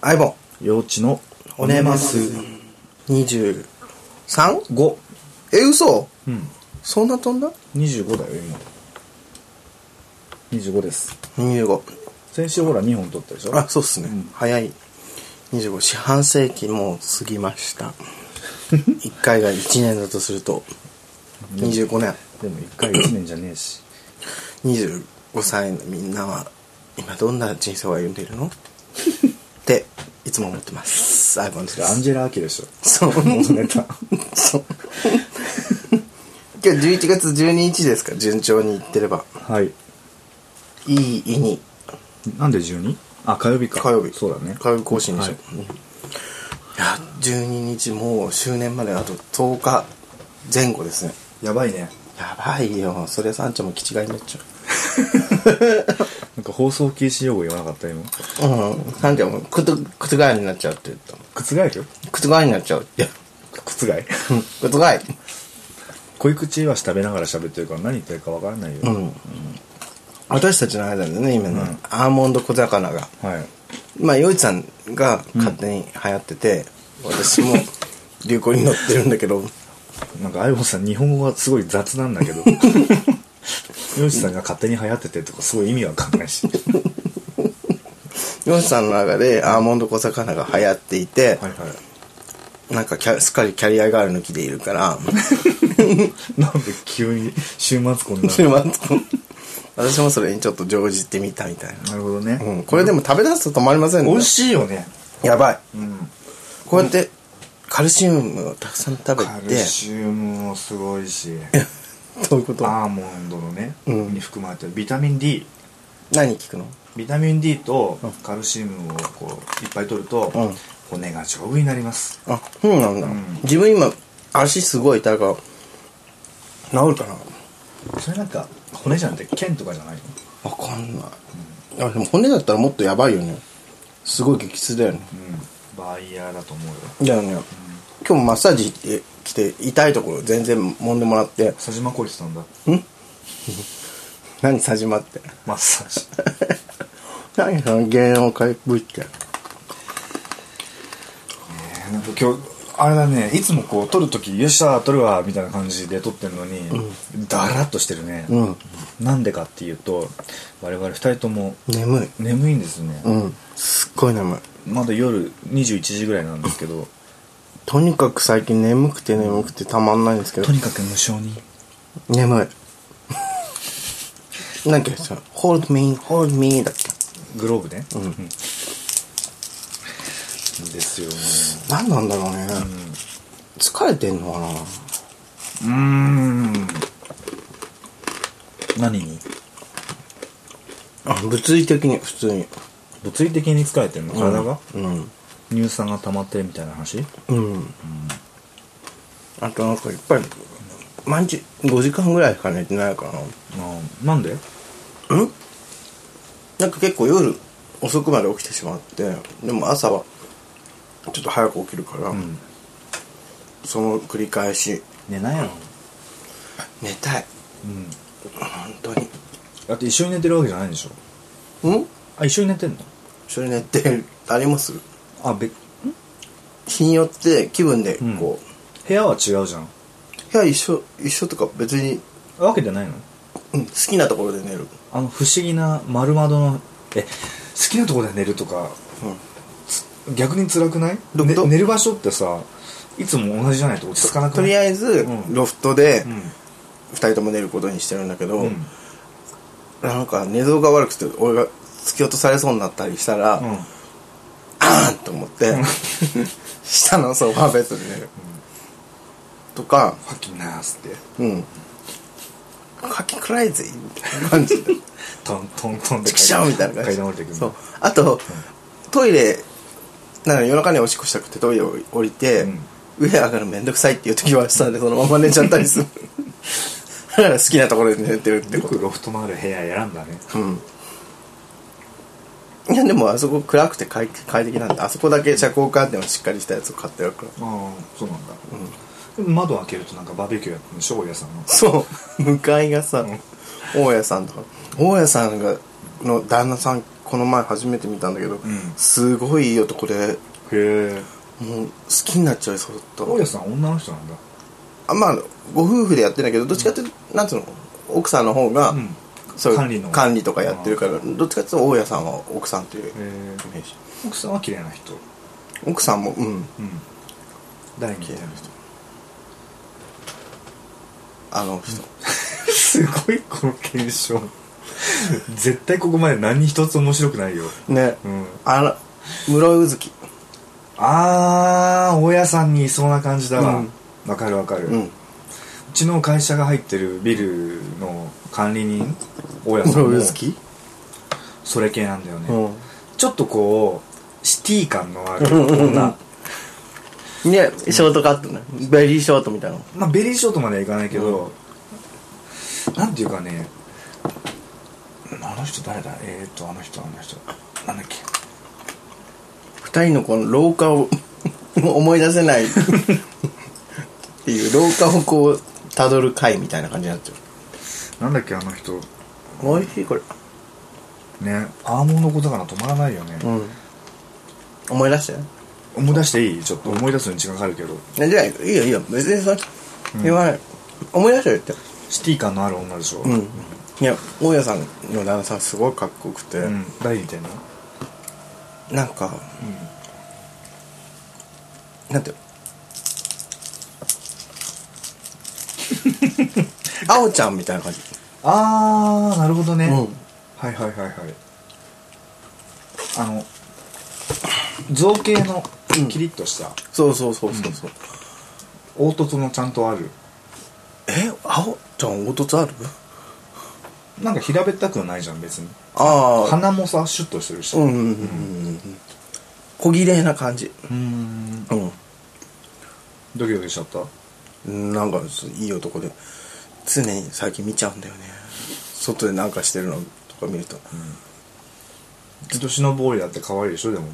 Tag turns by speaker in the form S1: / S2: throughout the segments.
S1: 相棒
S2: 幼稚の
S1: おねます23
S2: 5
S1: え嘘
S2: うん
S1: そんな飛んだ
S2: 25だよ今25です
S1: 25
S2: 先週ほら2本取ったでしょ
S1: あそうっすね、早い25四半世紀もう過ぎました 1回が1年だとすると25年
S2: でも1回1年じゃねえし
S1: 25歳のみんなは今どんな人生を歩んでいる のっていつも思ってます相棒で
S2: それアン
S1: す
S2: ジェラ・アキ でしょ
S1: そう
S2: 元ネタ
S1: そう今日11月12日ですか順調にいってれば
S2: はい
S1: いい意に
S2: なんで 12? あ火曜日か
S1: 火曜日
S2: そうだね
S1: 火曜日更新でしょ、
S2: はい
S1: うんいや12日もう終年まであと10日前後ですね
S2: やばいね
S1: やばいよそれさんちゃんも気違いになっちゃ
S2: なんか放送禁止用語言わなかった今
S1: ううんさんちゃんもくと覆いになっちゃうって言った
S2: 覆るよ
S1: 覆いになっちゃういや
S2: 覆
S1: 覆い
S2: 濃い口はし食べながら喋ってるから何言ってるかわからないよ、
S1: うん私たちの間でね今ね、
S2: うん
S1: アーモンド小魚が
S2: はい
S1: まあ洋一さんが勝手に流行ってて、私も流行に乗ってるんだけど
S2: なんかアイボンさん日本語はすごい雑なんだけ どヨシさんが勝手に流行っててとかすごい意味わかんないし
S1: 洋一さんの中でアーモンド小魚が流行っていて、
S2: はいはい
S1: なんかキャすっかりキャリアガール抜きでいる から
S2: なんで急に週末こんな
S1: それは私もそれにちょっと乗じてみたみたい
S2: なるほどね、
S1: な、うん、これでも食べ出すと止まりませんね
S2: 美味しいよね
S1: やばい
S2: うん
S1: こうやってカルシウムをたくさん食べ
S2: カル
S1: て
S2: シウムもすごいし
S1: どういうこと
S2: アーモンドのね、
S1: うん
S2: に含まれてるビタミン D
S1: 何聞くの
S2: ビタミン D とカルシウムをこういっぱい取ると、
S1: うん
S2: 骨が丈夫になります
S1: あそうなんだ、
S2: うん
S1: 自分今足すごい痛いから治るかな
S2: それなんか骨じゃなくて腱とかじゃないの
S1: わかんない、あでも骨だったらもっとやばいよねすごい激痛だよね
S2: うんバイヤーだと思う
S1: だ
S2: よ
S1: よね、今日もマッサージ行ってきて痛いところ全然揉んでもらって
S2: 佐島浩一さんだ
S1: 何佐島って
S2: マッサージ
S1: 何その原音を回復って
S2: えーなんか今日あれだねいつもこう撮る時よっしゃ撮るわみたいな感じで撮ってるのに、だらっとしてるね、
S1: うん
S2: なんでかっていうと我々二人とも
S1: 眠い
S2: 眠いんですね、
S1: うんすっごい眠い
S2: まだ夜21時ぐらいなんですけど
S1: とにかく最近眠くて眠くてたまんないんですけど
S2: とにかく無性に
S1: 眠い なんかさ「hold me hold me」だっけ
S2: グローブね
S1: ん
S2: うんですよね
S1: 何なんだろうね、疲れてんのかな
S2: うーん何に
S1: あ物理的に普通に
S2: 物理的に疲れてるの体が、
S1: うん
S2: 乳酸が溜まってるみたいな話
S1: うん、あとなんかやっぱり毎日5時間ぐらいしか寝てないかな
S2: あーなんで
S1: うんなんか結構夜遅くまで起きてしまってでも朝はちょっと早く起きるから、
S2: ん
S1: その繰り返し
S2: 寝ないやろ
S1: 寝たい
S2: うん
S1: 本当に
S2: だって一緒に寝てるわけじゃないんでしょ
S1: うん
S2: あ一緒に寝てんの
S1: それ寝てあります
S2: あべん
S1: 日によって気分でこ
S2: 部屋は違うじゃん
S1: う、部屋一緒一緒とか別に、
S2: わけじゃないの
S1: うん、好きなところで寝る、
S2: あの不思議な丸窓のえ好きなとこで寝るとか
S1: うん、
S2: 逆に辛くない、
S1: ど
S2: ね
S1: ど
S2: 寝る場所ってさいつも同じじゃないと落ち着かなく
S1: と
S2: ない
S1: りあえず
S2: うん
S1: ロフトで
S2: うん
S1: 2人とも寝ることにしてるんだけど、
S2: うん
S1: なんか寝相が悪くて俺が突き落とされそうになったりしたら、
S2: うん
S1: あーんと思 って下のソファーベッドで寝る、とか
S2: ファッキンナースって
S1: うんかきくらいぜみたいな感 じで
S2: トントントンって
S1: チクションみたいな感じ
S2: 階段降りてくる
S1: そうあと、トイレなんか夜中におしっこしたくてトイレを降りて、上上がるのめんどくさいっていう時はしたんでそのまま寝ちゃったりする だから好きなところで寝てるって
S2: よ
S1: こと
S2: くロフトのある部屋選んだね
S1: うんいやでもあそこ暗くて快快適なんであそこだけ遮光カーテンをしっかりしたやつを買ってるから
S2: ああそうなんだ、でも窓開けるとなんかバーベキューやってるんでしょ大家さんの
S1: そう向かいがさ大家さんとか大家さんがの旦那さんこの前初めて見たんだけど、
S2: ん
S1: すごいいい男で
S2: へえ
S1: もう好きになっちゃいそうだった
S2: 大家さん女の人なんだ
S1: あまあご夫婦でやってんだけどどっちかっていうと、なんつうの奥さんの方が、
S2: うん
S1: そういう
S2: 管理の
S1: 管理とかやってるからどっちかっていうと大家さんは奥さんというイメ
S2: えー
S1: ージ
S2: 奥さんは綺麗な人
S1: 奥さんもうん
S2: うん誰に似てる
S1: あの人、
S2: 人 すごいこの検証絶対ここまで何一つ面白くないよ
S1: ね、
S2: うん
S1: あの室井うずき
S2: あー大家さんにいそうな感じだわわ
S1: う、ん
S2: かるわかる、
S1: う
S2: うんちの会社が入ってるビルの管理人大家さ
S1: 室
S2: ん
S1: 井
S2: も
S1: うずき
S2: それ系なんだよね、
S1: うん
S2: ちょっとこうシティ感のある
S1: うんうんうん
S2: 女
S1: ねショートカットねベリーショートみたいな
S2: まあベリーショートまではいかないけど、なんていうかねあの人誰だえー、っとあの人あの人なんだっけ
S1: 二人のこの廊下を 思い出せないっていう廊下をこうたどる回みたいな感じになっちゃ
S2: なんだっけあの人
S1: うおいしいこれ
S2: ねアーモンド粉だから止まらないよね、
S1: うん思い出して
S2: 思い出していいちょっと思い出すのに時間かかるけど
S1: ねじゃあいいよいいよ別にさ、言わない思い出してよって
S2: シティ感のある女でしょ
S1: うんいや大家さんの旦那さんすごいかっこよくて、
S2: うん誰みたいな
S1: なんかなんて いうの青ちゃんみたいな感じ
S2: あーなるほどね、
S1: うん
S2: はいはいはいはいあの造形の
S1: うん
S2: キリッとした、
S1: そうそうそうそうそう、
S2: 凹凸のちゃんとある
S1: え青ちゃん凹凸ある
S2: なんか平べったくはないじゃん別に
S1: ああ
S2: 鼻もさシュッとしてるし
S1: うんうんうんうんうん小綺麗な感じ
S2: ーん
S1: う
S2: ドキドキしちゃった
S1: んなんかいい男で常に最近見ちゃうんだよね外でなんかしてるのとか見ると、
S2: ずっとのボーイだって可愛いでしょでも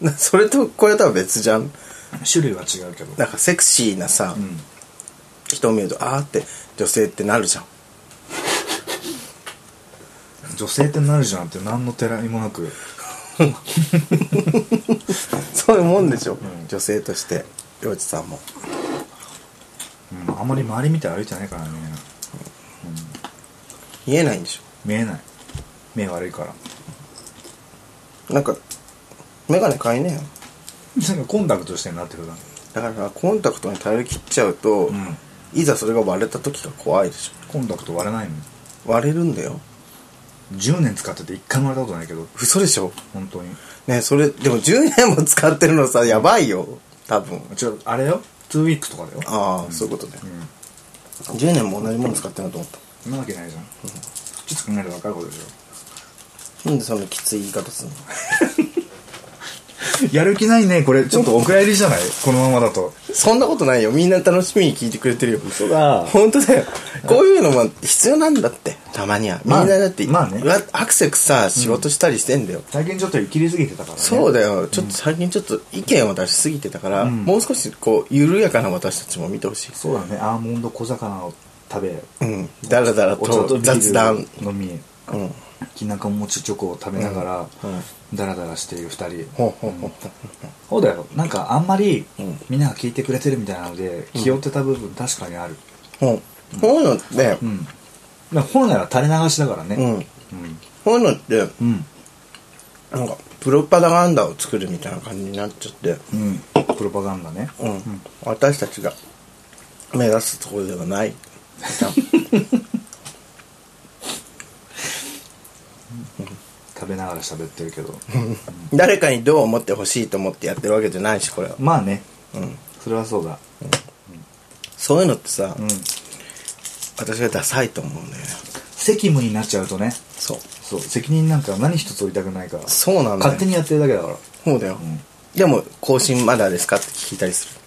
S1: なそれとこれとは別じゃん
S2: 種類は違うけど
S1: なんかセクシーなさ、
S2: うん
S1: 人を見るとああって女性ってなるじゃん
S2: 女性ってなるじゃんって何のてらいもなく
S1: そういうもんでしょ、
S2: ん
S1: 女性として陽一さんも
S2: うんあんまり周り見て歩いてないからね
S1: 見えないんでし
S2: 見えない目悪いから
S1: ょなんか眼鏡買いねよ
S2: なんかコンタクトしてんなって普段
S1: だからコンタクトに頼り切っちゃうと、
S2: うん
S1: いざそれが割れた時が怖いでし
S2: コンタクト割れないの
S1: ょ割れるんだよ
S2: 10年使ってて1回も割れたことないけど
S1: 嘘でしょ
S2: 本当に
S1: ねそれでも10年も使ってるのさやばいよ多分
S2: 違うあれよ2ウィークとかだよ
S1: ああ、そういうことね
S2: う
S1: 10年も同じもの使ってるなと思った
S2: んなわけないじゃんちょっと考えると分かることでしょ
S1: なんでそんなきつい言い方するの
S2: やる気ないねこれちょっとお蔵入りじゃないこのままだと
S1: そんなことないよみんな楽しみに聞いてくれてるよ
S2: 嘘だ
S1: 本当だよこういうのも必要なんだってたまにはみん
S2: まあ
S1: なだって、
S2: まあね
S1: うわアクセクさ仕事したりしてんだよ、
S2: 最近ちょっと生きりすぎてたからね
S1: そうだよちょっと最近ちょっと意見を出しすぎてたから、
S2: うん
S1: もう少しこう緩やかな私たちも見てほしい
S2: そうだねアーモンド小魚を食べ
S1: うんだらだら
S2: お茶と
S1: と
S2: ビール
S1: 雑談
S2: 飲み
S1: うん
S2: きなこ餅チョコを食べながらダラダラしている2人
S1: ほうほうほう
S2: そうだよなんかあんまり
S1: うん
S2: みんなが聞いてくれてるみたいなので気負ってた部分確かにある
S1: ほうこういうのって
S2: うんだから本来は垂れ流しだからね
S1: うん
S2: うん
S1: こういうのって
S2: うん
S1: なんかプロパガンダを作るみたいな感じになっちゃって
S2: うんプロパガンダね
S1: うん、私たちが目指すところではない
S2: 食べながら喋ってるけど
S1: 誰かにどう思ってほしいと思ってやってるわけじゃないしこれは
S2: まあね
S1: うん
S2: それはそうだ
S1: そういうのってさ、
S2: うん
S1: 私がダサいと思うんだよね
S2: 責務になっちゃうとね
S1: そう
S2: そう責任なんか何一つ負いたくないから
S1: そうなんだよ
S2: 勝手にやってるだけだから
S1: そうだよ、
S2: ん
S1: でも更新まだですかって聞いたりす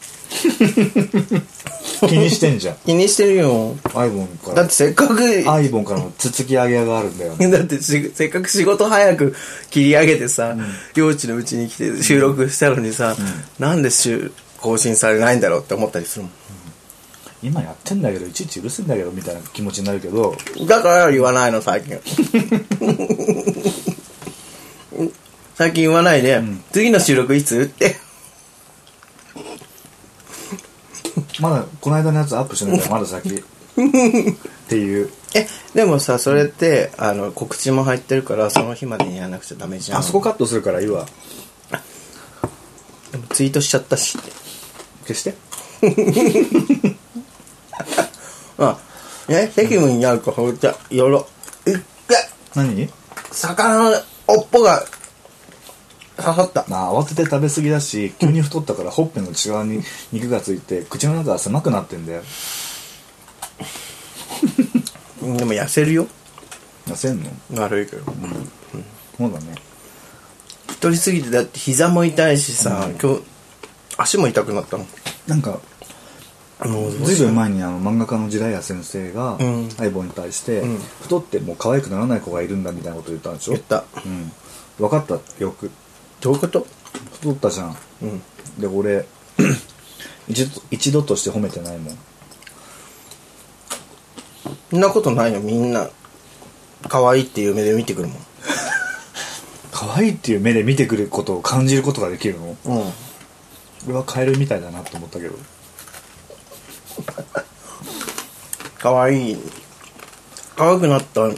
S1: る
S2: 気にしてん じゃん
S1: 気にしてるよ
S2: アイボンか
S1: だっ
S2: ら
S1: てせっかく
S2: アイボンからのつつき上げがあるんだよね
S1: だってしせっかく仕事早く切り上げてさ、領地のうちに来て収録したのにさ、なんでしゅ更新されないんだろうって思ったりするも
S2: 今やってんだけどいちいちうるせえんだけどみたいな気持ちになるけど
S1: んだから言わないの最近最近言わないで、
S2: ん
S1: 次の収録いつって
S2: まだこの間のやつアップしてないからまだ 先っていう
S1: えでもさそれってあの告知も入ってるからその日までにやらなくちゃダメじゃん
S2: あそこカットするからいいわ
S1: でもツイートしちゃったしって
S2: 消して
S1: あね責務になるかほんとよろいっ
S2: 何
S1: 魚の尾っぽが刺さった
S2: まあ慌てて食べ過ぎだし急に太ったからほっぺの内側に肉がついて口の中が狭くなってんだよ
S1: でも痩せるよ
S2: 痩せんの
S1: 悪いけど
S2: そうだね
S1: 太りすぎてだって膝も痛いしさ、今日足も痛くなったの
S2: なんか
S1: もうどう
S2: ずい
S1: し
S2: ぶ
S1: ようん
S2: 前にあの漫画家のジライア先生が
S1: うん
S2: 相棒に対して、
S1: うん
S2: 太ってもう可愛くならない子がいるんだみたいなこと言ったんでしょ
S1: 言った
S2: うん分かったよく
S1: どういうこと
S2: 太ったじゃん
S1: うん
S2: で俺 一度一度として褒めてないもん
S1: そんなことないよみんな可愛いっていう目で見てくるもん
S2: 可愛いっていう目で見てくることを感じることができるの
S1: うん
S2: 俺はカエルみたいだなと思ったけど
S1: 可愛い可愛くなった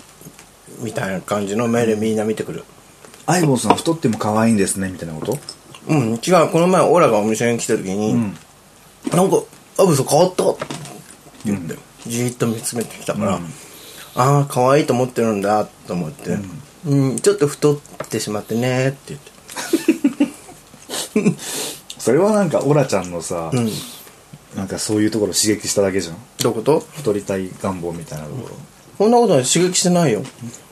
S1: みたいな感じの目でみんな見てくる
S2: 相棒さん太っても可愛いんですねみたいなこと
S1: うん違うこの前オラがお店に来た時に、
S2: うん
S1: なんかアブさん変わったって言って、じーっと見つめてきたから、
S2: うん
S1: ああ可愛いと思ってるんだと思って、うんちょっと太ってしまってねって言って
S2: それはなんかオラちゃんのさ、
S1: うん
S2: なんかそういうところ刺激しただけじゃん
S1: どういうこと
S2: 太りたい願望みたいなところ、
S1: そんなことない刺激してないよ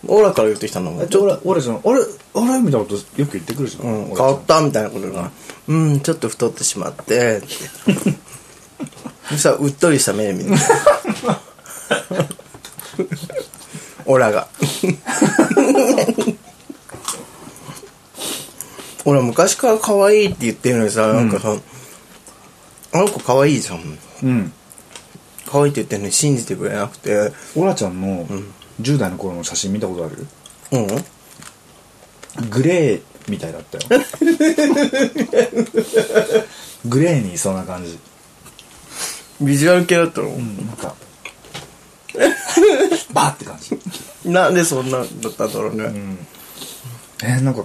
S1: オラから言ってきたのも
S2: えちょオラオラちゃんあれあれみたいなことよく言ってくるじゃん、
S1: うん、変
S2: オラちゃん
S1: わったみたいなことが、うん、ちょっと太ってしま って、って。そしたら、うっとりした目で見る。オラ が。俺昔から可愛いって言ってるのにさ、なんかさ、あの子可愛いじゃん。
S2: うん
S1: 可愛いって言ってるのに信じてくれなくて、
S2: オラちゃんの10代の頃の写真見たことある、
S1: うん
S2: グレーみたいだった よグレーにいそうな感じ
S1: ビジュアル系だったの、
S2: なんかバーって感じ、
S1: なんでそんなんだったんだろう
S2: う
S1: ね。
S2: ん、えーなんか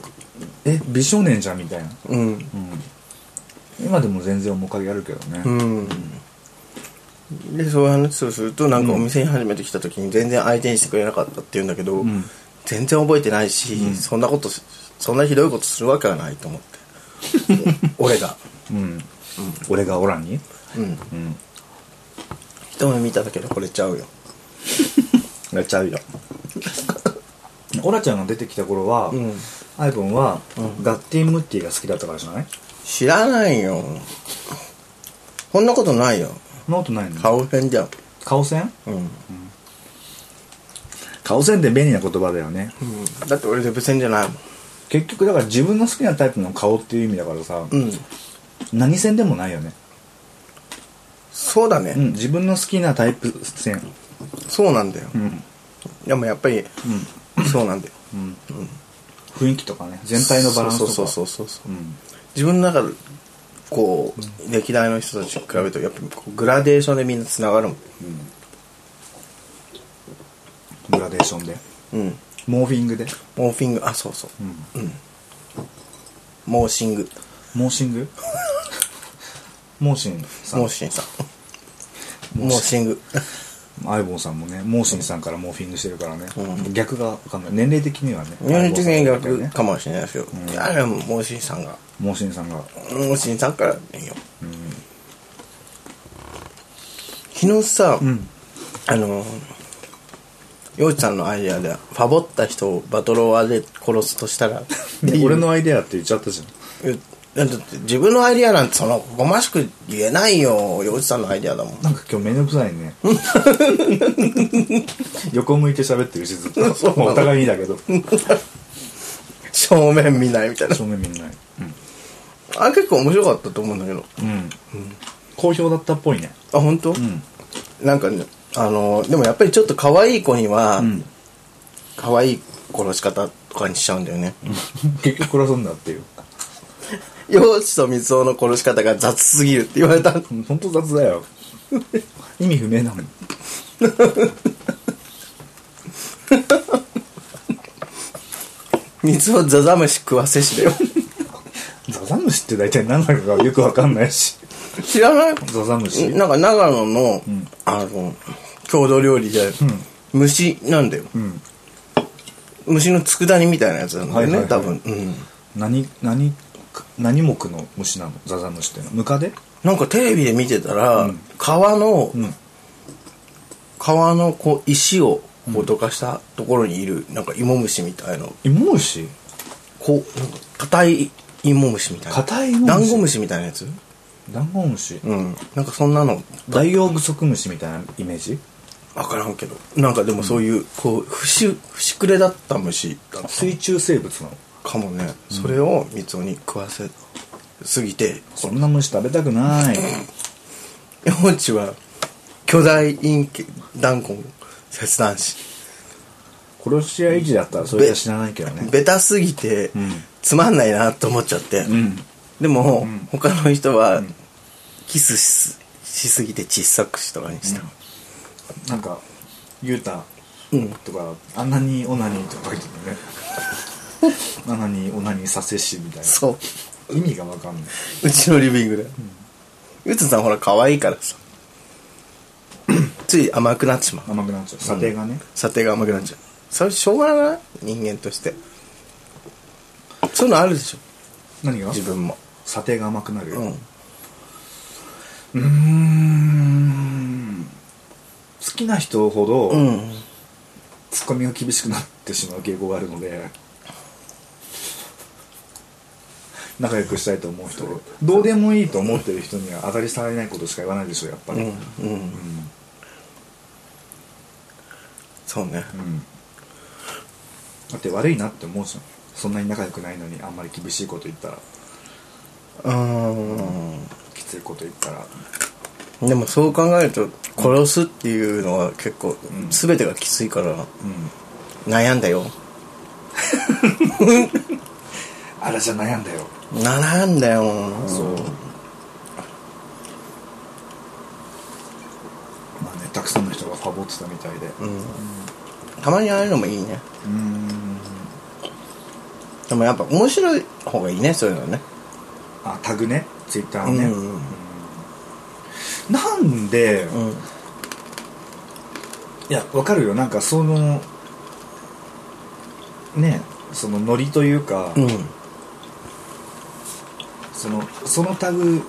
S2: え美少年じゃんみたいな、
S1: うん
S2: うん、今でも全然面影あるけどね、
S1: うん、でそういう話をするとなんかお店に初めて来た時に全然相手にしてくれなかったって言うんだけど、
S2: ん
S1: 全然覚えてないし、そんなことそんなひどいことするわけはないと思って 俺が、
S2: うん俺がオラに
S1: うん、
S2: うん
S1: 一目見ただけで惚れちゃうよ
S2: やっちゃうよ オラちゃんが出てきた頃は、
S1: ん
S2: アイボンは、ガッティ・ムッティが好きだったからじゃない
S1: 知らないよこんなことないよ
S2: そんなことないの
S1: 顔変じゃん
S2: 顔線
S1: うん、
S2: 顔線って便利な言葉だよね
S1: だって俺デブ戦じゃないもん
S2: 結局だから自分の好きなタイプの顔っていう意味だからさ、
S1: うん
S2: 何線でもないよね、
S1: そうだね、
S2: うん、自分の好きなタイプ線
S1: そうなんだよ、
S2: ん
S1: でもやっぱり、そうなんだよ
S2: 雰囲気とかね全体のバランスとか
S1: そうそうそうそう、
S2: うん
S1: 自分の中でこう歴代の人たちに比べるとやっぱりこうグラデーションでみんなつながるもん
S2: グラデーションで
S1: うん
S2: モーフィングで、
S1: モーフィングあそうそう
S2: うん、
S1: モーシング
S2: モーシ ングモーシンさん
S1: モーシンさんモーシング
S2: アイボンさんもねモーシンさんからモーフィングしてるからね、
S1: う
S2: 逆が分かんない年齢的にはね
S1: 日本的に
S2: アイボンさん
S1: 逆
S2: だけ
S1: かもしれないですけど、いやでもモーシンさんが
S2: モーシンさんが
S1: モーシンさんからねよ、昨日さ、
S2: ん
S1: あの陽一さんのアイデアでファボった人をバトロワーで殺すとしたらっていう
S2: 俺のアイデアって言っちゃったじゃん
S1: えだって自分のアイディアなんてそのごましく言えないよ洋一さんのアイディアだもん
S2: なんか今日めんどくさ いね横向いて喋ってるしずっと
S1: そうなの
S2: お互いにだけど
S1: 正面見ないみたいな
S2: 正面見ない
S1: あれ結構面白かったと思うんだけど
S2: うん、うん好評だったっぽいね
S1: あ本当、
S2: ん
S1: なんかねあのでもやっぱりちょっと可愛い子には、
S2: ん
S1: 可愛い殺し方とかにしちゃうんだよね
S2: 結局殺すんだっていう
S1: 陽子と光男の殺し方が雑すぎるって言われた
S2: 本当雑だよ意味不明なの
S1: 光男ザザムシ食わせしだよ
S2: ザザムシって大体何なのかよくわかんないし
S1: 知らない
S2: ザザムシ
S1: なんか長野の、あの郷土料理で、虫なんだよ、
S2: ん
S1: 虫の佃煮みたいなやつなんだよね、
S2: はいはいはい
S1: 多分、うん、
S2: 何何何目の虫なのザザムシっていうのムカデ
S1: なんかテレビで見てたら、川の、
S2: ん
S1: 川のこう石をこうどかしたところにいる、なんか芋虫みたいな
S2: 芋虫
S1: こうなんか硬い芋虫みたいな
S2: 硬い芋虫
S1: ダンゴ虫みたいなやつ
S2: ダンゴムシ
S1: うんなんかそんなの
S2: ダイオウグソクムシみたいなイメージ
S1: 分からんけどなんかでもそういう、こう節節くれだった虫だった
S2: 水中生物なの
S1: かもね、それを三つに食わせすぎて
S2: そんな虫食べたくない
S1: 幼稚は巨大陰茎断根を切断し
S2: 殺し合い時だったらそれは知らないけどね
S1: ベタすぎて、
S2: ん
S1: つまんないなと思っちゃって、
S2: うん
S1: でも、他の人は、キスしすしすぎて小さくしとかにした、
S2: なんか雄太
S1: うん
S2: とかあんなにオナニーとか言ってたねあんなにオナニーさせしみたい
S1: そう
S2: な意味がわかんないう
S1: ちのリビングで、うつさんほら可愛いからさつい甘くなっちまう
S2: 甘くなっちゃう査定がね、
S1: 査定が甘くなっちゃうそれしょうがない人間としてそういうのあるでしょ
S2: 何が
S1: 自分も
S2: 査定が甘くなる
S1: うん
S2: うーん好きな人ほど、
S1: うん
S2: ツッコミが厳しくなってしまう傾向があるので仲良くしたいと思う人どうでもいいと思ってる人には当たり障りないことしか言わないでしょやっぱ
S1: う
S2: り、
S1: んうんそうね
S2: うんだって悪いなって思うじゃんそんなに仲良くないのにあんまり厳しいこと言ったら
S1: うん
S2: きついこと言ったら
S1: でもそう考えると殺すっていうのは結構
S2: ん
S1: 全てがきついから
S2: うん
S1: 悩んだよ
S2: あらじゃ悩んだよ
S1: 悩んだよ
S2: そうまあねたくさんの人がファボってたみたいで
S1: うんたまにああいうのもいいね
S2: うん
S1: でもやっぱ面白い方がいいねそういうのはね
S2: あタグねツイッターね、
S1: うんうんうん
S2: なんで、
S1: う
S2: い
S1: ん
S2: やわかるよなんかそのねそのノリというか、
S1: うん
S2: そのそのタグ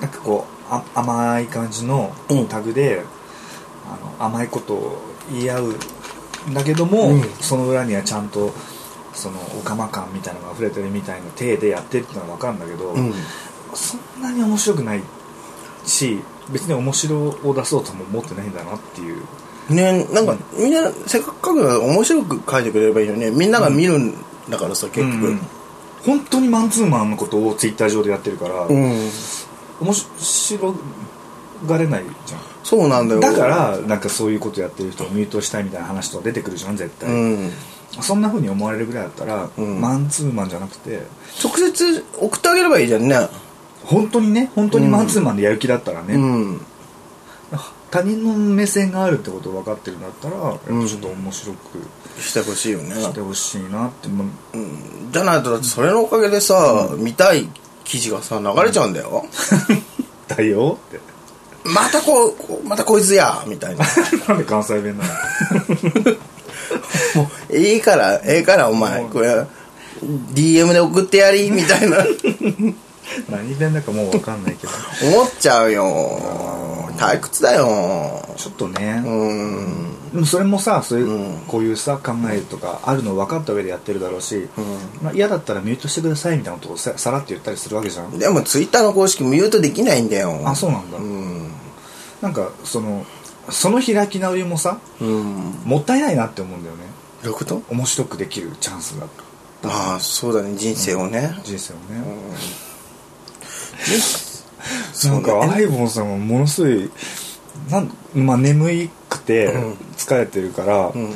S2: なんかこうあ甘い感じの
S1: うん
S2: タグで、あの甘いことを言い合うんだけども、
S1: うん
S2: その裏にはちゃんとそのオカマ感みたいのが溢れてるみたいな体でやってるってのはわかるんだけど、
S1: うん
S2: そんなに面白くないし別に面白を出そうとも思ってないんだなっていう
S1: ねなんかみんなせっかく書くなら面白く書いてくれればいいよねみんなが見るんだからさ結
S2: うん
S1: 局
S2: 本当にマンツーマンのことをツイッター上でやってるから、
S1: うん
S2: 面白がれないじゃん
S1: そうなんだよ
S2: だからなんかそういうことやってる人をミュートしたいみたいな話とか出てくるじゃん絶対、
S1: うん
S2: そんな風に思われるぐらいだったら、
S1: うん
S2: マンツーマンじゃなくて
S1: 直接送ってあげればいいじゃんね
S2: 本当にね本当にマンツーマンでやる気だったらね、
S1: うん
S2: 他人の目線があるってことを分かってるんだったら、やっぱ
S1: うん
S2: ちょっと面白く
S1: してほしいよね
S2: してほしいなって、ま
S1: うんじゃないとだってそれのおかげでさ、見たい記事がさ流れちゃうんだよ、
S2: だよって
S1: またこうこうまたこいつやみ たいな
S2: なんで関西弁なの
S1: もういいからええからお前これ DM で送ってやりみ たいな
S2: 何弁だかもう分かんないけど
S1: 思っちゃうよ退屈だよ
S2: ちょっとね、
S1: うん
S2: でもそれもさそういう、
S1: うん
S2: こういうさ考えとかあるの分かった上でやってるだろうし、
S1: ん
S2: まあ、嫌だったらミュートしてくださいみたいなことをささらって言ったりするわけじゃん
S1: でもツイッターの公式ミュートできないんだよ
S2: あそうなんだ、
S1: うん
S2: なんかそのその開き直りもさ
S1: うん
S2: もったいないなって思うんだよね
S1: どういうこと
S2: 面白くできるチャンスが
S1: まあそうだね人生を ね、
S2: 人生をね、
S1: そう
S2: なんかアイボンさんはものすごいなん、まあ、眠いくて
S1: うん
S2: 疲れてるから、
S1: うん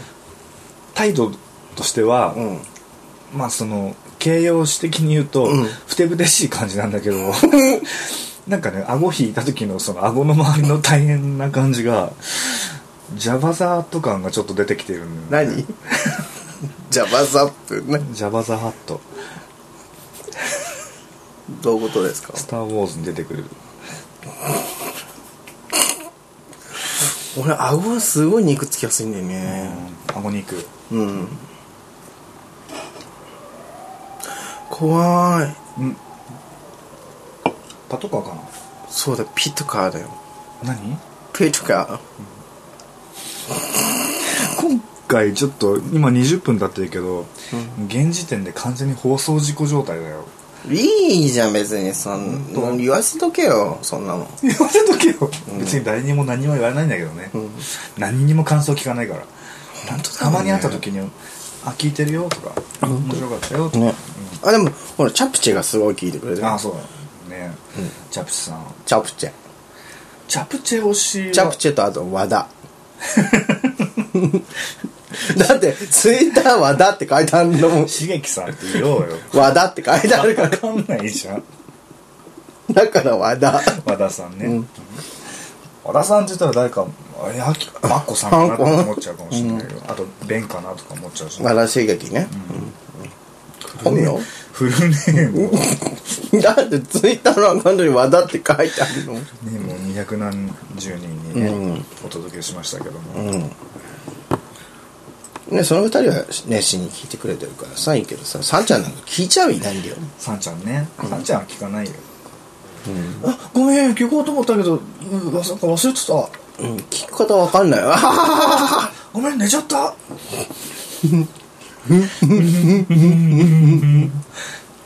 S2: 態度としては、
S1: うん
S2: まあその形容詞的に言うと、
S1: うん
S2: ふてぶてしい感じなんだけど なんかね顎引いた時のその顎の周りの大変な感じがジャバザート感がちょっと出てきてるんだよね
S1: 何 ジャバザップな
S2: ジャバザハット
S1: どういうことですか
S2: 「スター・ウォーズ」に出てくる
S1: 俺顎すごい肉つきやすいんだよね
S2: 顎肉
S1: うん、怖い
S2: うんパトカーか
S1: そうだピットカーだよ
S2: な何
S1: ピットカ
S2: 今回ちょっと今20分経ってるけど、現時点で完全に放送事故状態だよ
S1: ーいいじゃん別にそん
S2: 本当
S1: 言わせとけよそんなの
S2: 言わせとけよ、別に誰にも何も言われないんだけどね、
S1: ん
S2: 何にも感想聞かないから
S1: 本当だよね
S2: たまに会った時に「あ聞いてるよ」とか「面白かったよ」とか、
S1: ねあでもほらチャプチェがすごい聞いてくれて
S2: うん
S1: る
S2: ああそうだね、チャプチェさん
S1: チャプチェ
S2: チャプチェ推しは
S1: チャプチェとあと和田 だってツイッター和田って書いてあるのもん
S2: 茂樹さんって言おう よ
S1: 和田って書いてあるか
S2: わ
S1: ら
S2: かんないじゃん
S1: だから和田
S2: 和田さんね、和田さんって言ったら誰かあれあきマッコさんかなとか思っちゃうかもしれないけど、あとベンかなとか思っちゃうし、
S1: 和田茂樹ね、本名
S2: フルネーム
S1: だってツイッターのアカウントに和田って書いてあるの
S2: にもう200何十人にね、
S1: うん
S2: お届けしましたけども、
S1: ねその二人は熱心に聞いてくれてるからさいいけどささんちゃんなんか聞いちゃういないんだよ
S2: さんちゃんねさんちゃんは聞かないよ、あごめん聞こうと思ったけど、うん、わそっか忘れてた
S1: うん聞き方わかんないあはははは
S2: ごめん寝ちゃったっ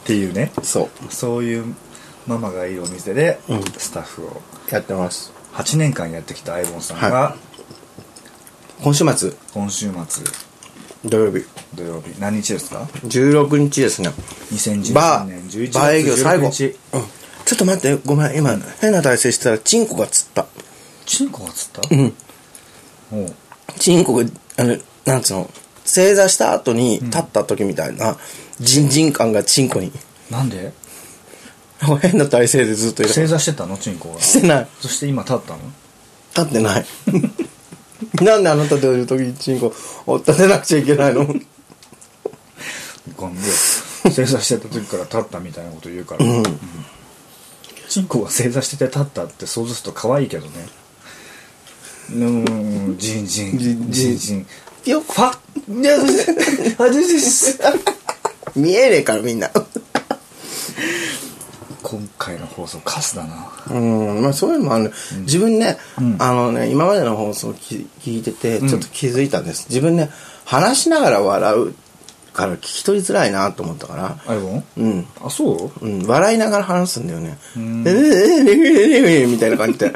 S2: ていうね
S1: そう
S2: そういうママがいるお店でスタッフを
S1: やってます
S2: 8年間やってきたアイボンさん
S1: は
S2: が
S1: 今週末
S2: 今週末
S1: 土曜日
S2: 土曜日何日ですか
S1: 16日ですね
S2: 2013
S1: バ
S2: 年
S1: ー
S2: 11月16日
S1: バー営業最後、うん、ちょっと待ってごめん今変な体勢してたらチンコがつった
S2: チンコが釣った
S1: うん
S2: おう
S1: チンコがあのなんつうの正座した後に立った時みたいな、ジンジン感がチンコに
S2: なんで
S1: なんか変な体勢でずっといる
S2: 正座してたのチンコが
S1: してない
S2: そして今立ったの
S1: 立ってない なんであなたといる時にチンコを立てなくちゃいけないの
S2: 今度正座してた時から立ったみたいなこと言うから、うんチンコが正座してて立ったって想像すると可愛いけどねうーんジンジン
S1: ジン
S2: ジンジン
S1: よっ
S2: ファッい やあジンジンす
S1: 見えねえからみんな
S2: 今回の放送カスだな
S1: うんまあそういうのもある、自分ね、あのね今までの放送を聞聞いててちょっと気づいたんです、自分ね話しながら笑うから聞き取りづらいなと思ったから
S2: アイボン
S1: うん
S2: あそう
S1: うん、笑いながら話すんだよね。え
S2: ん
S1: えええええみたいな感じで。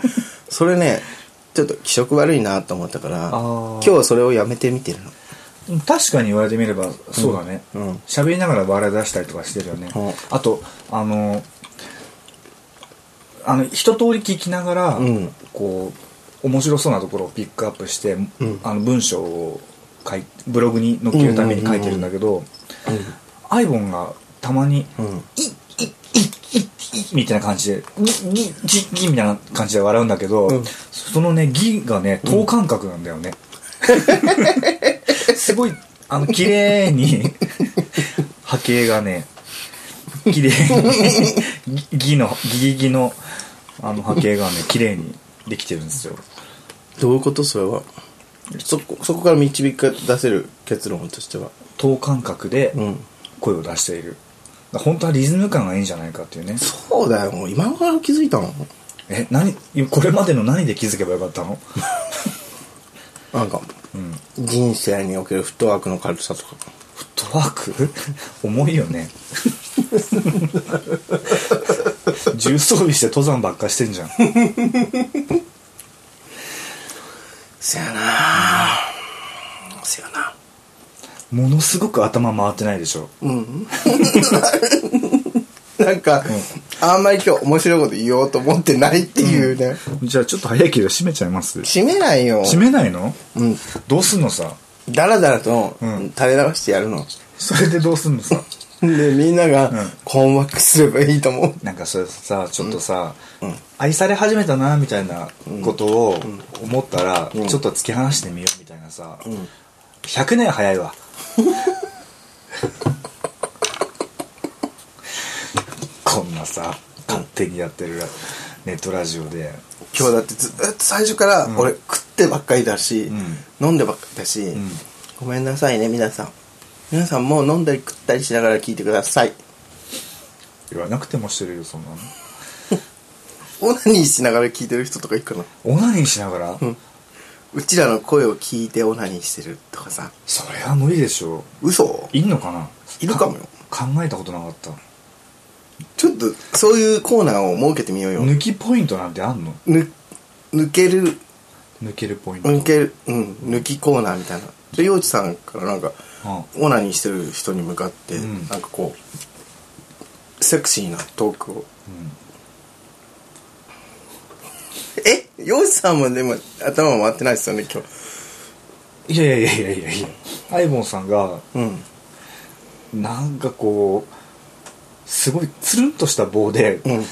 S1: それね、ちょっと気色悪いなと思ったから、今
S2: ー
S1: 日はそれをやめてみてるの。
S2: 確かに言われてみればそうだね
S1: うんうん
S2: 喋、りながら笑い出したりとかしてるよね、
S1: うん
S2: あとあのあの一通り聞きながら、
S1: うん
S2: こう面白そうなところをピックアップして、
S1: ん
S2: あの文章を書いブログに載っけるために書いてるんだけど、アイボンがたま
S1: ん
S2: に「いいいいいみたいな感じで「ギギギギ」みたいな感じで笑うんだけど、
S1: うん
S2: そのね「ギ」がね等間隔なんだよね、 すごい、あの、綺麗 に、波形がね、綺麗に、 ぎぎの、ぎぎぎの、あの波形がね、綺麗にできてるんですよ。
S1: どういうことそれは。そこ、そこから導き出せる結論としては。
S2: 等間隔で
S1: うん
S2: 声を出している。だから本当はリズム感がいいんじゃないかっていうね。
S1: そうだよ、もう今から気づいたの。
S2: え、何、これまでの何で気づけばよかったの
S1: なんか、
S2: うん。
S1: 人生におけるフットワークの軽さとか。
S2: フットワーク 重いよね。重装備して登山ばっかしてんじゃん。
S1: せやなせやな
S2: ものすごく頭回ってないでしょ。
S1: うん。なんか、
S2: う
S1: あんまり今日面白いこと言おうと思ってないっていうね。
S2: じゃあちょっと早いけど閉めちゃいます
S1: 閉めないよ。
S2: 閉めないの
S1: うん。
S2: どうすんのさ
S1: だらだらと
S2: うん
S1: 垂れ流してやるの。
S2: それでどうすんのさ
S1: でみんなが困惑すればいいと思う
S2: なんかそれさちょっとさ、愛され始めたなみたいなことを思ったら、ちょっと突き放してみようみたいなさ、100年早 いわこんなさ勝手にやってるネットラジオで
S1: 今日だってずっと最初から俺食ってばっかりだし、
S2: う
S1: 飲んでばっかりだし、
S2: ん
S1: ごめんなさいね皆さん皆さんもう飲んだり食ったりしながら聞いてください
S2: 言わなくてもしてるよそんなの
S1: オナニーしながら聞いてる人とかいるかな
S2: オナニーしながら、
S1: んうちらの声を聞いてオナニーしてるとかさ
S2: それは無理でしょ
S1: 嘘
S2: いんのかないい
S1: るかもよ
S2: 考えたことなかった
S1: ちょっとそういうコーナーを設けてみようよ
S2: 抜きポイントなんてあんの
S1: ぬ抜ける
S2: 抜けるポイント
S1: 抜ける、うん、抜きコーナーみたいなで陽一さんからなんか
S2: あ
S1: オナニーしてる人に向かって、
S2: うん
S1: なんかこうセクシーなトークをえ陽一さんもでも頭回ってないですよね今日
S2: いやいやいやいやいやアイボンさんが
S1: うん
S2: なんかこうすごいつるんとした棒で、
S1: うん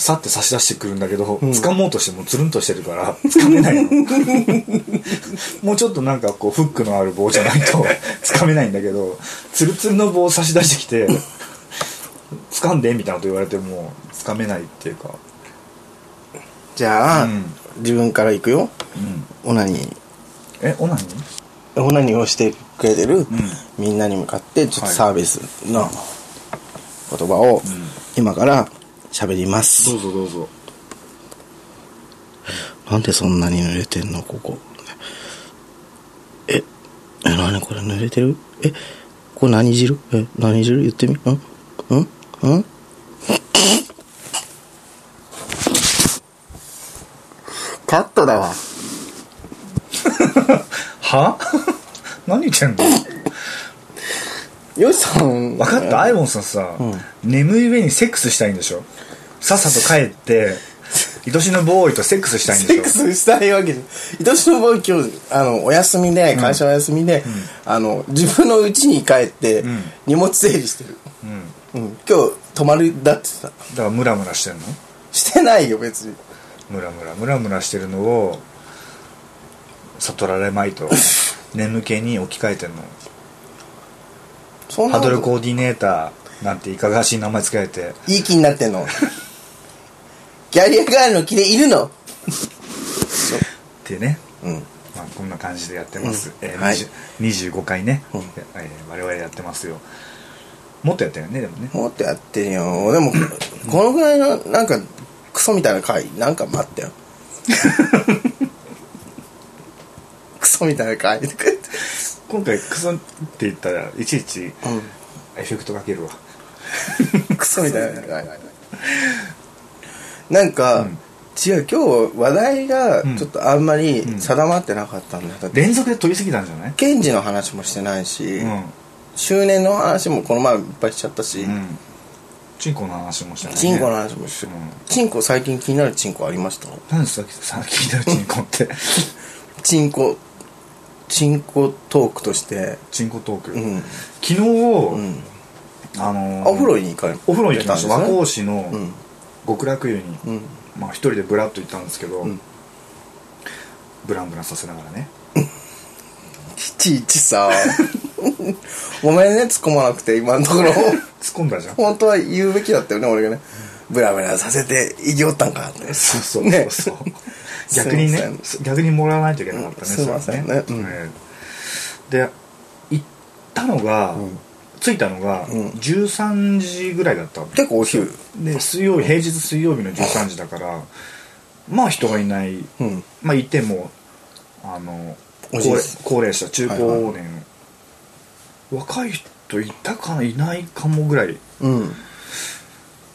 S2: さって差し出してくるんだけど、
S1: ん
S2: 掴もうとしてもつるんとしてるから掴めないの もうちょっとなんかこうフックのある棒じゃないと掴めないんだけどつるつるの棒を差し出してきて掴んでみたいなこと言われても掴めないっていうか
S1: じゃあ、
S2: うん
S1: 自分からいくよ
S2: うん
S1: オナニー
S2: えオナニ
S1: オナニーをしてくれてる、みんなに向かってちょっ
S2: は
S1: と
S2: い
S1: サービスの言葉を今から喋ります、
S2: どうぞどうぞ
S1: なんでそんなに濡れてんのここええ何これ濡れてるえこれ何汁え何汁言ってみんんんカットだわ
S2: は 何言ってんの
S1: よしさん
S2: 分かったアイボンさんさ、眠い上にセックスしたいんでしょさっさと 帰って愛しのボーイとセックスしたいんで
S1: セッ
S2: しょ
S1: クスしたいわけじゃん愛しの場合今日あのお休みで会社お休みで、あの自分の家に帰って、
S2: ん
S1: 荷物整理してる、
S2: うん、
S1: うん、今日泊まるだってさ
S2: だからムラムラしてんの
S1: してないよ別に
S2: ムラムラムラムラしてるのを悟られま いと眠気に置き換えてんの
S1: そんな
S2: ハ
S1: こ
S2: ド
S1: と
S2: ルコーディネーターなんていかがわしい名前つけられて
S1: いい気になってんのキャリアガールの気でいるの
S2: ってね、
S1: うん
S2: まあ、こんな感じでやってます、
S1: うん
S2: えー
S1: はい
S2: 20 25回ね、
S1: うん
S2: えー我々やってますよもっとやってるよねでもね
S1: もっとやってるよでもこのぐらいのなんかクソみたいな回なんか待 ったよクソみたいな回とか言って
S2: 今回クソって言ったらいちいちエフェクトかけるわ、
S1: クソみたいな回なんか、違う今日話題がちょっとあんまり定まってなかったんだよ、だって
S2: 連続で取りすぎたんじゃない
S1: 検事の話もしてないし、
S2: うん
S1: 周年の話もこの前いっぱいしちゃったし、
S2: うんチンコの話もしたね
S1: チンコの話もして、
S2: うん
S1: チンコ最近気になるチンコありました
S2: 何ですかさ気になるチンコって
S1: チンコチンコトークとして
S2: チンコトーク、
S1: うん
S2: 昨日、
S1: ん
S2: あのー
S1: お風呂に行かれ
S2: お風呂に行きました
S1: 行っ
S2: 和
S1: たんで
S2: 光
S1: す
S2: 市の
S1: うん
S2: 極楽湯に、
S1: うん
S2: まあ一人でブラッと行ったんですけど、
S1: ん
S2: ブランブランさせながらね
S1: いちいちさ ごめんね突っ込まなくて今のところ
S2: 突っ込んだじゃん
S1: 本当は言うべきだったよね俺がねブラブラさせていきおったんかって
S2: そうそう
S1: ね
S2: そうそう、 逆に
S1: すい
S2: ね
S1: ま
S2: 逆にもらわないといけなかったね、
S1: うんすいませんね
S2: それは
S1: う
S2: ええで行ったのが、着いたのが
S1: ん
S2: 13時ぐらいだったの
S1: 結構お昼
S2: で水曜日平日水曜日の13時だからまあ人がいない、
S1: うん
S2: まあいてもあの
S1: お
S2: 高
S1: じい
S2: 齢
S1: さん
S2: 高齢者中高年、若い人いたかないないかもぐらい
S1: うん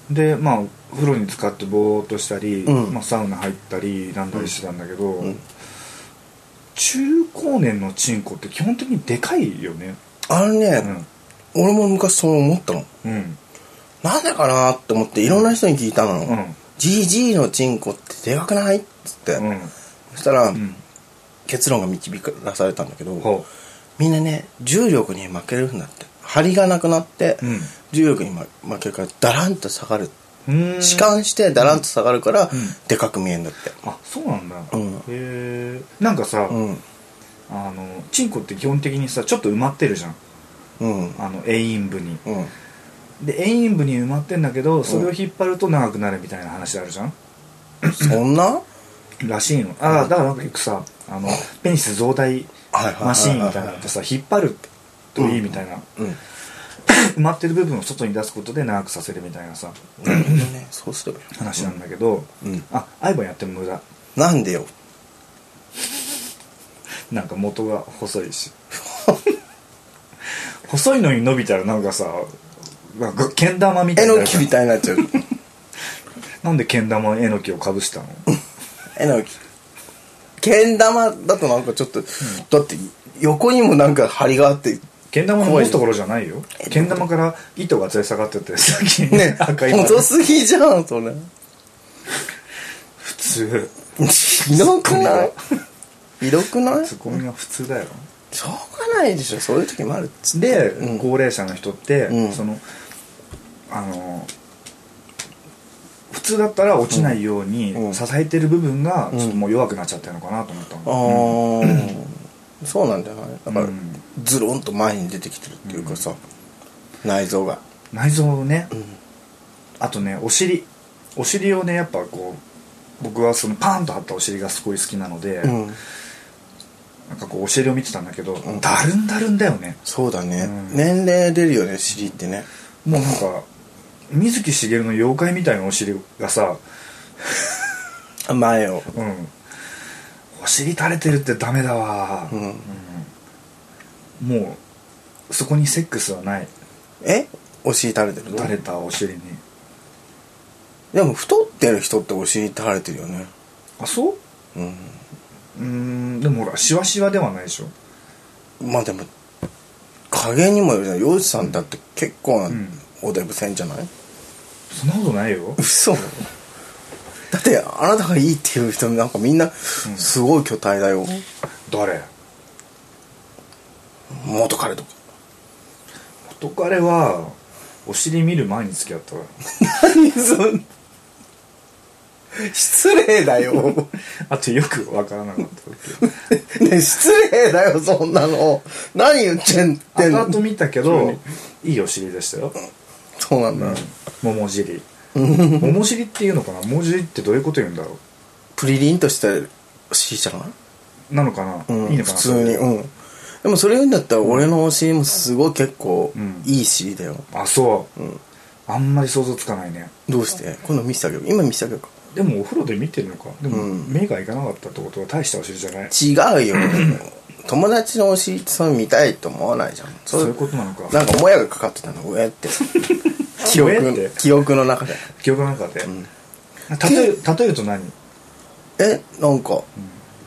S2: でまあお風呂に使ってぼーっとしたり、
S1: うん
S2: まあ、サウナ入ったりなんだりしてたんだけど、
S1: ん
S2: 中高年のチンコって基本的にでかいよね
S1: あの
S2: う
S1: ね、
S2: ん
S1: 俺も昔そう思ったの
S2: うん
S1: なんでかなって思っていろんな人に聞いたの、
S2: うん
S1: GG のチンコってでかくないっつって、
S2: うん
S1: そしたら、
S2: うん
S1: 結論が導き出されたんだけど、
S2: ほ
S1: みんなね重力に負けるんだって張りがなくなって、
S2: うん
S1: 重力に負負けるからダランと下がる
S2: うん
S1: 弛緩してダランと下がるから、
S2: ん
S1: でかく見えるんだって
S2: あそうなんだ、
S1: うん
S2: へえなんかさ、
S1: うん
S2: あのチンコって基本的にさちょっと埋まってるじゃん
S1: うん
S2: あの遠陰部に
S1: うん
S2: で遠陰部に埋まってんだけどそれを引っ張ると長くなるみたいな話あるじゃん
S1: そんな
S2: らしいのああだからなんかよくさあのペニス増大マシーンみたいなのってさ引っ張るといいみたいな、
S1: うん
S2: 埋まってる部分を外に出すことで長くさせるみたいなさ
S1: なるほどねそうすればいい
S2: 話なんだけど、
S1: うん
S2: あアイボンやっても無駄
S1: なんでよ
S2: なんか元が細 いし細いのに伸びたらなんかさなんかけん玉みた
S1: え
S2: いにな
S1: の
S2: るじ
S1: き
S2: ゃん
S1: みたいになっちゃう
S2: なんでけん玉にえのきをかぶしたの
S1: えのきけん玉だとなんかちょっと、だって横にもなんか張りがあって
S2: けん玉の持つところじゃないよ
S1: え
S2: けん玉から糸が垂れ下がっててさっき
S1: ね
S2: 赤い
S1: 細すぎじゃんそれ
S2: 普通
S1: ひどくないひどくない
S2: ツッコミが普通だよ
S1: しょうがないでしょそういう時もあるっつ
S2: で、
S1: うん
S2: 高齢者の人って、
S1: うん
S2: そのあの普通だったら落ちないように
S1: うん
S2: 支えてる部分が
S1: ん
S2: ちょっともう弱くなっちゃってるのかなと思った
S1: ああ
S2: の、
S1: そうなんじゃないだから、
S2: うん
S1: ズロンと前に出てきてるっていうかさ、内臓が
S2: 内臓ね、
S1: ん
S2: あとねお尻お尻をねやっぱこう僕はそのパーンと張ったお尻がすごい好きなので、
S1: うん
S2: なんかこうお尻を見てたんだけど、
S1: ん
S2: だるんだるんだよね
S1: そうだね、
S2: うん
S1: 年齢出るよね尻ってね
S2: もうなんか水木しげるの妖怪みたいなお尻がさ
S1: 前を
S2: うんお尻垂れてるってダメだわ、
S1: うん
S2: うんもうそこにセックスはない
S1: えお尻垂れてるの
S2: 垂れたお尻に
S1: でも太ってる人ってお尻垂れてるよね
S2: あそう
S1: うん
S2: うーんでもほらシワシワではないでしょ
S1: まあでも加減にもよるじゃん洋一さんだって結構
S2: ん
S1: なおデブ線じゃない、
S2: そんなことないよ
S1: 嘘 だってあなたがいいっていう人なんかみんなすごい巨体だよ、
S2: 誰
S1: 元彼とか
S2: 元彼はお尻見る前に付き合ったわ
S1: 何その失礼だよ
S2: あとよくわからなかった 時
S1: ね失礼だよそんなの何言ってんってんの
S2: 後々見たけどいいお尻でしたよ
S1: そうなんだ、
S2: 桃尻桃尻っていうのかな桃尻ってどういうこと言うんだろ
S1: プリリンとした尻じゃない、
S2: うなのかな、
S1: うん、
S2: いいのか
S1: 普
S2: な
S1: 通にうんでもそれ言うんだったら俺のお尻もすごい結構
S2: うん
S1: いい尻だよ、
S2: あそう、
S1: ん
S2: あんまり想像つかないね
S1: どうして今度見せてあげよう今見せてあげようか
S2: でもお風呂で見てるのかでも
S1: うん
S2: 目がいかなかったってことは大したお尻じゃない、
S1: 違うよ 友達のお尻ってそれ見たいと思わないじゃん
S2: そういうことなのか
S1: なんかもやがかかってたの上って 記
S2: 上っ
S1: 憶
S2: て
S1: 記憶の中で
S2: 記憶の中で、例える例えると何
S1: えなんか、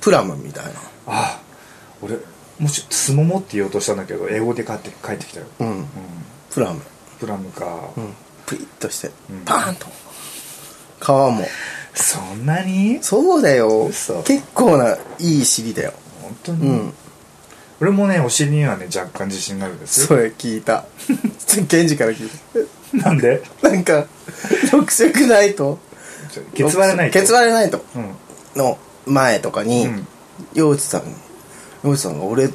S1: プラムみたいな
S2: ああ俺もし「すもも」って言おうとしたんだけど英語で帰って帰ってきたよ、
S1: うん、プラム、
S2: プラムか、
S1: うん、プリッとして、
S2: ん
S1: パーンと皮も
S2: そんなに
S1: そうだよ
S2: 嘘
S1: 結構ないい尻だよ
S2: 本当
S1: う
S2: に、
S1: ん、
S2: 俺もねお尻にはね若干自信があるんです
S1: それ聞いた現地から聞い
S2: なんで
S1: たなんか6色ないと
S2: ケツ割れない
S1: ケツ割れないと
S2: うん
S1: の前とかに
S2: うん
S1: 洋一、さんに洋一さんが「俺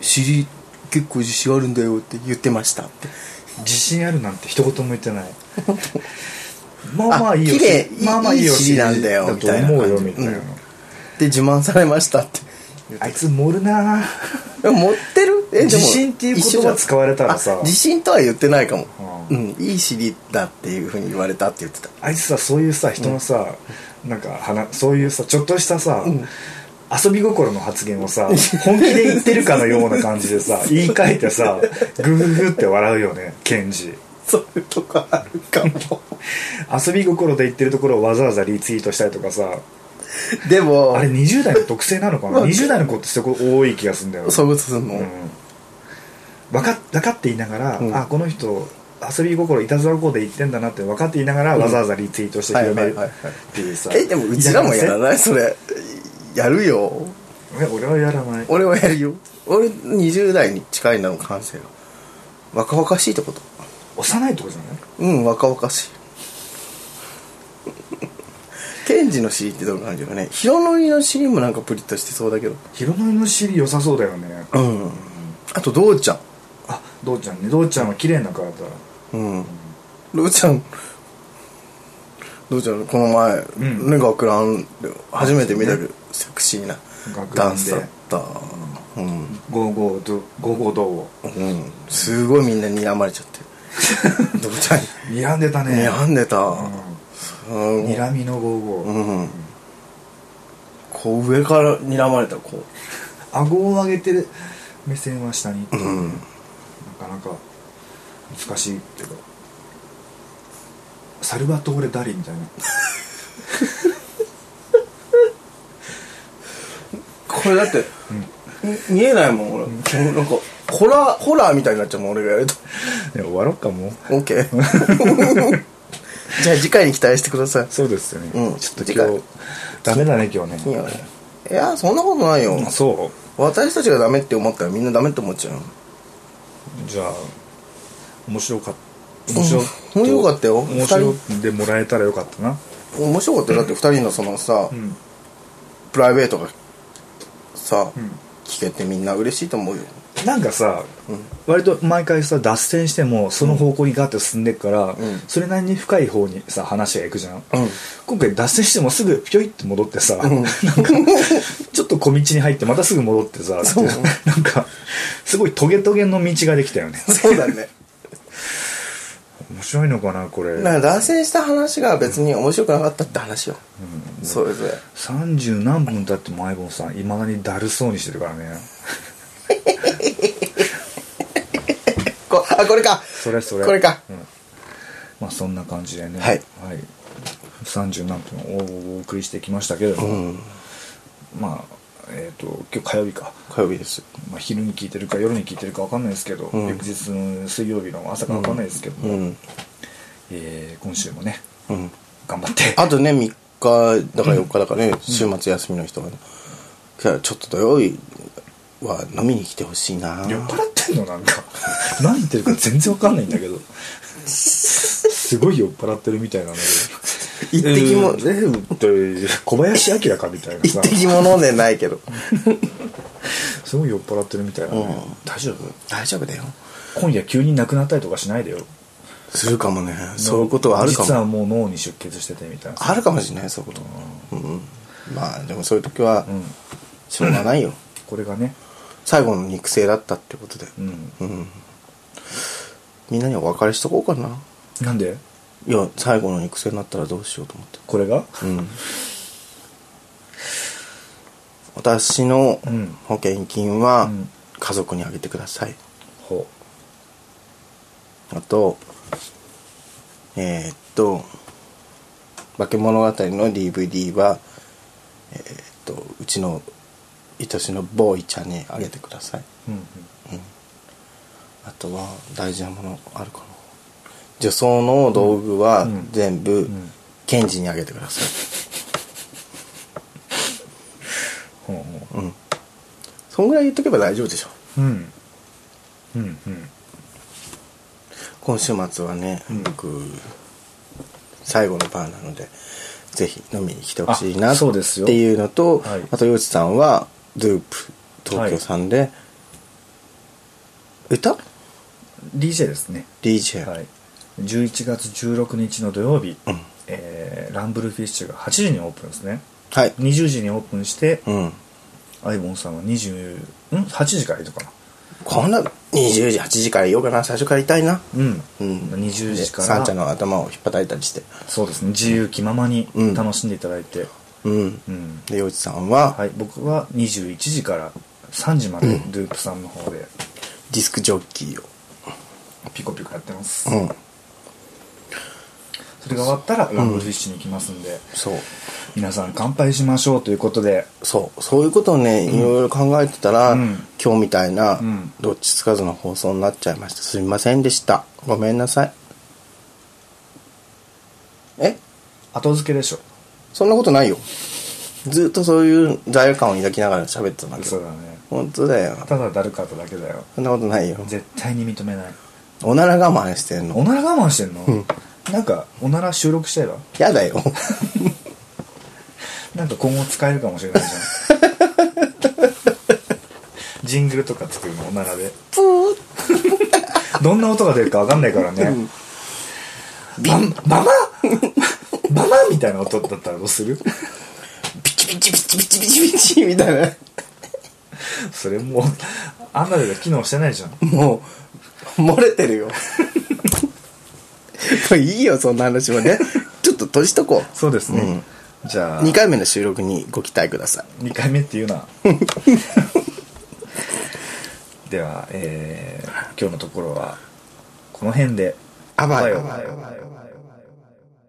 S1: 尻結構自信あるんだよ」って言ってましたって
S2: 自信あるなんて一言も言って ないまあまあいいよ
S1: 綺麗
S2: まあまあいいよ
S1: いい尻なんだよ
S2: だと思うよ
S1: み
S2: み
S1: た
S2: た
S1: い
S2: い
S1: な
S2: な、
S1: 感じで自慢されましたって
S2: あいつ盛るな
S1: え持ってるえ
S2: 自信っていう言葉
S1: 一緒じゃん
S2: 使われたらさ
S1: あ自信とは言ってないかも
S2: う
S1: うんいい尻だっていうふうに言われたって言ってた
S2: あいつさそういうさ人のさ、なんか話そういうさちょっとしたさ、遊び心の発言 をさ本気で言ってるかのような感じでさ言い換えてさグフフって笑うよねケンジ
S1: そういうとこあるかも
S2: 遊び心で言ってるところをわざわざリツイートしたりとかさ
S1: でも
S2: あれ20代の特性なのかな
S1: まあ
S2: 20代の子ってそこ多い気がするんだよね
S1: そういうことすんの、
S2: 分かっ分かっていながら、
S1: うん
S2: あこの人遊び心いたずらこうで言ってんだなって分かっていながら、わざわざリツイートして広め
S1: はい
S2: る
S1: はいはいはい
S2: っていうさ
S1: えでもうちらもやら
S2: い
S1: ないそれやるよ
S2: や俺はやらない
S1: 俺はやるよ俺20代に近いんだもん感性が若々しいってこと
S2: 幼いとこじゃない
S1: うん若々しい ケンジの尻ってどんな感じかねヒロノリの尻もなんかプリッとしてそうだけど
S2: ヒロノリの尻良さそうだよね
S1: うんあとどうちゃん
S2: あどうちゃんねどうちゃんは綺麗な体
S1: うんどうちゃんどうちゃんこの前、
S2: ん
S1: ね学ランで初めて見たけど、セクシーな
S2: 学ラ
S1: ダ
S2: ンで
S1: ンスだったうん、
S2: ゴーゴーとゴーゴーどうを
S1: うん、すごいみんな睨まれちゃって どうちゃん
S2: 睨んでたね
S1: 睨んでた、うん
S2: うん睨みのゴーゴー、
S1: うんこう上から睨まれたこ
S2: 顎を上げてる目線は下にって
S1: う
S2: いうう、
S1: ん
S2: なかなか難しいけどサルバトーレ・ダリみ たいな
S1: これだって、見えないもん俺、なんかホラーホラーみたいになっちゃうもん俺がやると
S2: 終わろうかもう
S1: OK じゃあ次回に期待してください
S2: そうですよね、
S1: うん
S2: ちょっと今日ダメだね今日
S1: い
S2: ね
S1: やいやそんなことないよ、
S2: あそ
S1: 私たちがダメって思ったらみんなダメって思っちゃうよ
S2: うじゃあ面白かった面白,、
S1: うん面白かったよ
S2: 面白でもらえたらよかったな
S1: 面白かったよだって2人のそのさ、
S2: うん
S1: プライベートがさ、
S2: ん
S1: 聞けてみんな嬉しいと思うよ
S2: なんかさ、割と毎回さ脱線してもその方向にガッて進んでっから、
S1: ん
S2: それなりに深い方にさ話がいくじゃん、
S1: うん
S2: 今回脱線してもすぐピョイって戻ってさ、なんかちょっと小道に入ってまたすぐ戻ってさ
S1: そう
S2: ってなんかすごいトゲトゲの道ができたよね
S1: そうだね
S2: 面白いのかなこれ
S1: なんか脱線した話が別に面白くなかったって話よ、それぞれ
S2: 30何分経っても相棒さんいまだにだるそうにしてるからね
S1: こあこれか
S2: それそれ
S1: これか、
S2: うんまあそんな感じでね
S1: はい、
S2: はい、30何分をお送りしてきましたけれども、
S1: うん
S2: まあえっ、と今日火曜日か、
S1: 火曜日です
S2: まあ、昼に聞いてるか夜に聞いてるか分かんないですけど、
S1: ん
S2: 翌日の水曜日の朝か分かんないですけども、
S1: うん
S2: えー今週もね
S1: うん
S2: 頑張って
S1: あとね3日だから4日だからね、週末休みの人がねじゃあちょっと土曜日は飲みに来てほしいな
S2: 酔っ払ってんのなんか何言ってるか全然分かんないんだけどすごい酔っ払ってるみたいなんだけ
S1: 一
S2: ど
S1: 滴も、
S2: えーで小林明かみたいな
S1: 一
S2: さ
S1: 滴も飲んでないけど、
S2: すごい酔っ払ってるみたいなね、
S1: 大丈夫大丈夫だよ
S2: 今夜急に亡くなったりとかしないでよ
S1: するかもねそういうことはあるか
S2: 実は
S1: も
S2: もう脳に出血しててみたいなさ
S1: あるかもしれないそういうこと、うんまあでもそういう時は
S2: うん
S1: しょうがないよ、
S2: これがね
S1: 最後の肉声だったってことで、
S2: うん
S1: うんみんなにはお別れしとこうかな
S2: なんで
S1: いや最後の肉声になったらどうしようと思って
S2: これが
S1: うん私の
S2: うん
S1: 保険金は
S2: うん
S1: 家族にあげてください、
S2: ほ、
S1: あとえーっと「化け物語」の DVD はえーっとうちの愛しのボーイちゃんにあげてくださいう
S2: うんうん、
S1: あとは大事なものあるかな女装の道具は
S2: うん
S1: 全部
S2: ん
S1: ケンジにあげてください、
S2: ほうほ
S1: うんそんぐらい言っとけば大丈夫でしょ
S2: ううんうんうん
S1: 今週末はね、
S2: うん
S1: 僕最後の番なのでぜひ飲みに来てほしい
S2: あ
S1: なって
S2: そうですよ
S1: いうのと
S2: はい
S1: あと陽一さんはドゥープ東京さんで、歌
S2: DJ ですね
S1: ?DJ、
S2: はい11月16日の土曜日、
S1: うん
S2: えーランブルフィッシュが8時にオープンですね
S1: はい、
S2: 20時にオープンして、
S1: うん
S2: アイボンさんは20ん8時からいるかな
S1: こんな20時8時から言おうかな最初から言いたいな
S2: うん、
S1: うん
S2: 20時から
S1: サンちゃんの頭を引っ叩いたりして
S2: そうですね自由気ままに
S1: うん
S2: 楽しんでいただいて、
S1: うん
S2: うん
S1: で陽一さんは、
S2: はい、僕は21時から3時までループさんの方で
S1: ディスクジョッキーを
S2: ピコピコやってます、
S1: うん
S2: それが終わったらランブルフィッシュに行きますんで、
S1: そう
S2: 皆さん乾杯しましょうということで
S1: そうそういうことをね、いろいろ考えてたら、
S2: うん
S1: 今日みたいな、
S2: うん
S1: どっちつかずの放送になっちゃいましたすみませんでしたごめんなさいえ
S2: 後付けでしょ
S1: そんなことないよずっとそういう罪悪感を抱きながら喋ってたんだけ
S2: 嘘
S1: ど
S2: だね
S1: 本当だよ
S2: ただだるかっただけだよ
S1: そんなことないよ
S2: 絶対に認めない
S1: おなら我慢してんの
S2: おなら我慢してんの、なんかおなら収録したいわ
S1: やだよ
S2: なんか今後使えるかもしれないじゃ んジングルとか作るのおならで
S1: プー
S2: どんな音が出るかわかんないからね、バンバマバマみたいな音だったらどうする
S1: ピチピチピチピチピチピチみたい
S2: それもうアナルが機能してないじゃん
S1: なもう漏れてる よもういいよそんな話はねちょっと閉じとこう
S2: そうですね、じゃあ
S1: 2回目の収録にご期待ください
S2: 2回目っていうな では、えー今日のところはこの辺で
S1: あばよ
S2: あばよ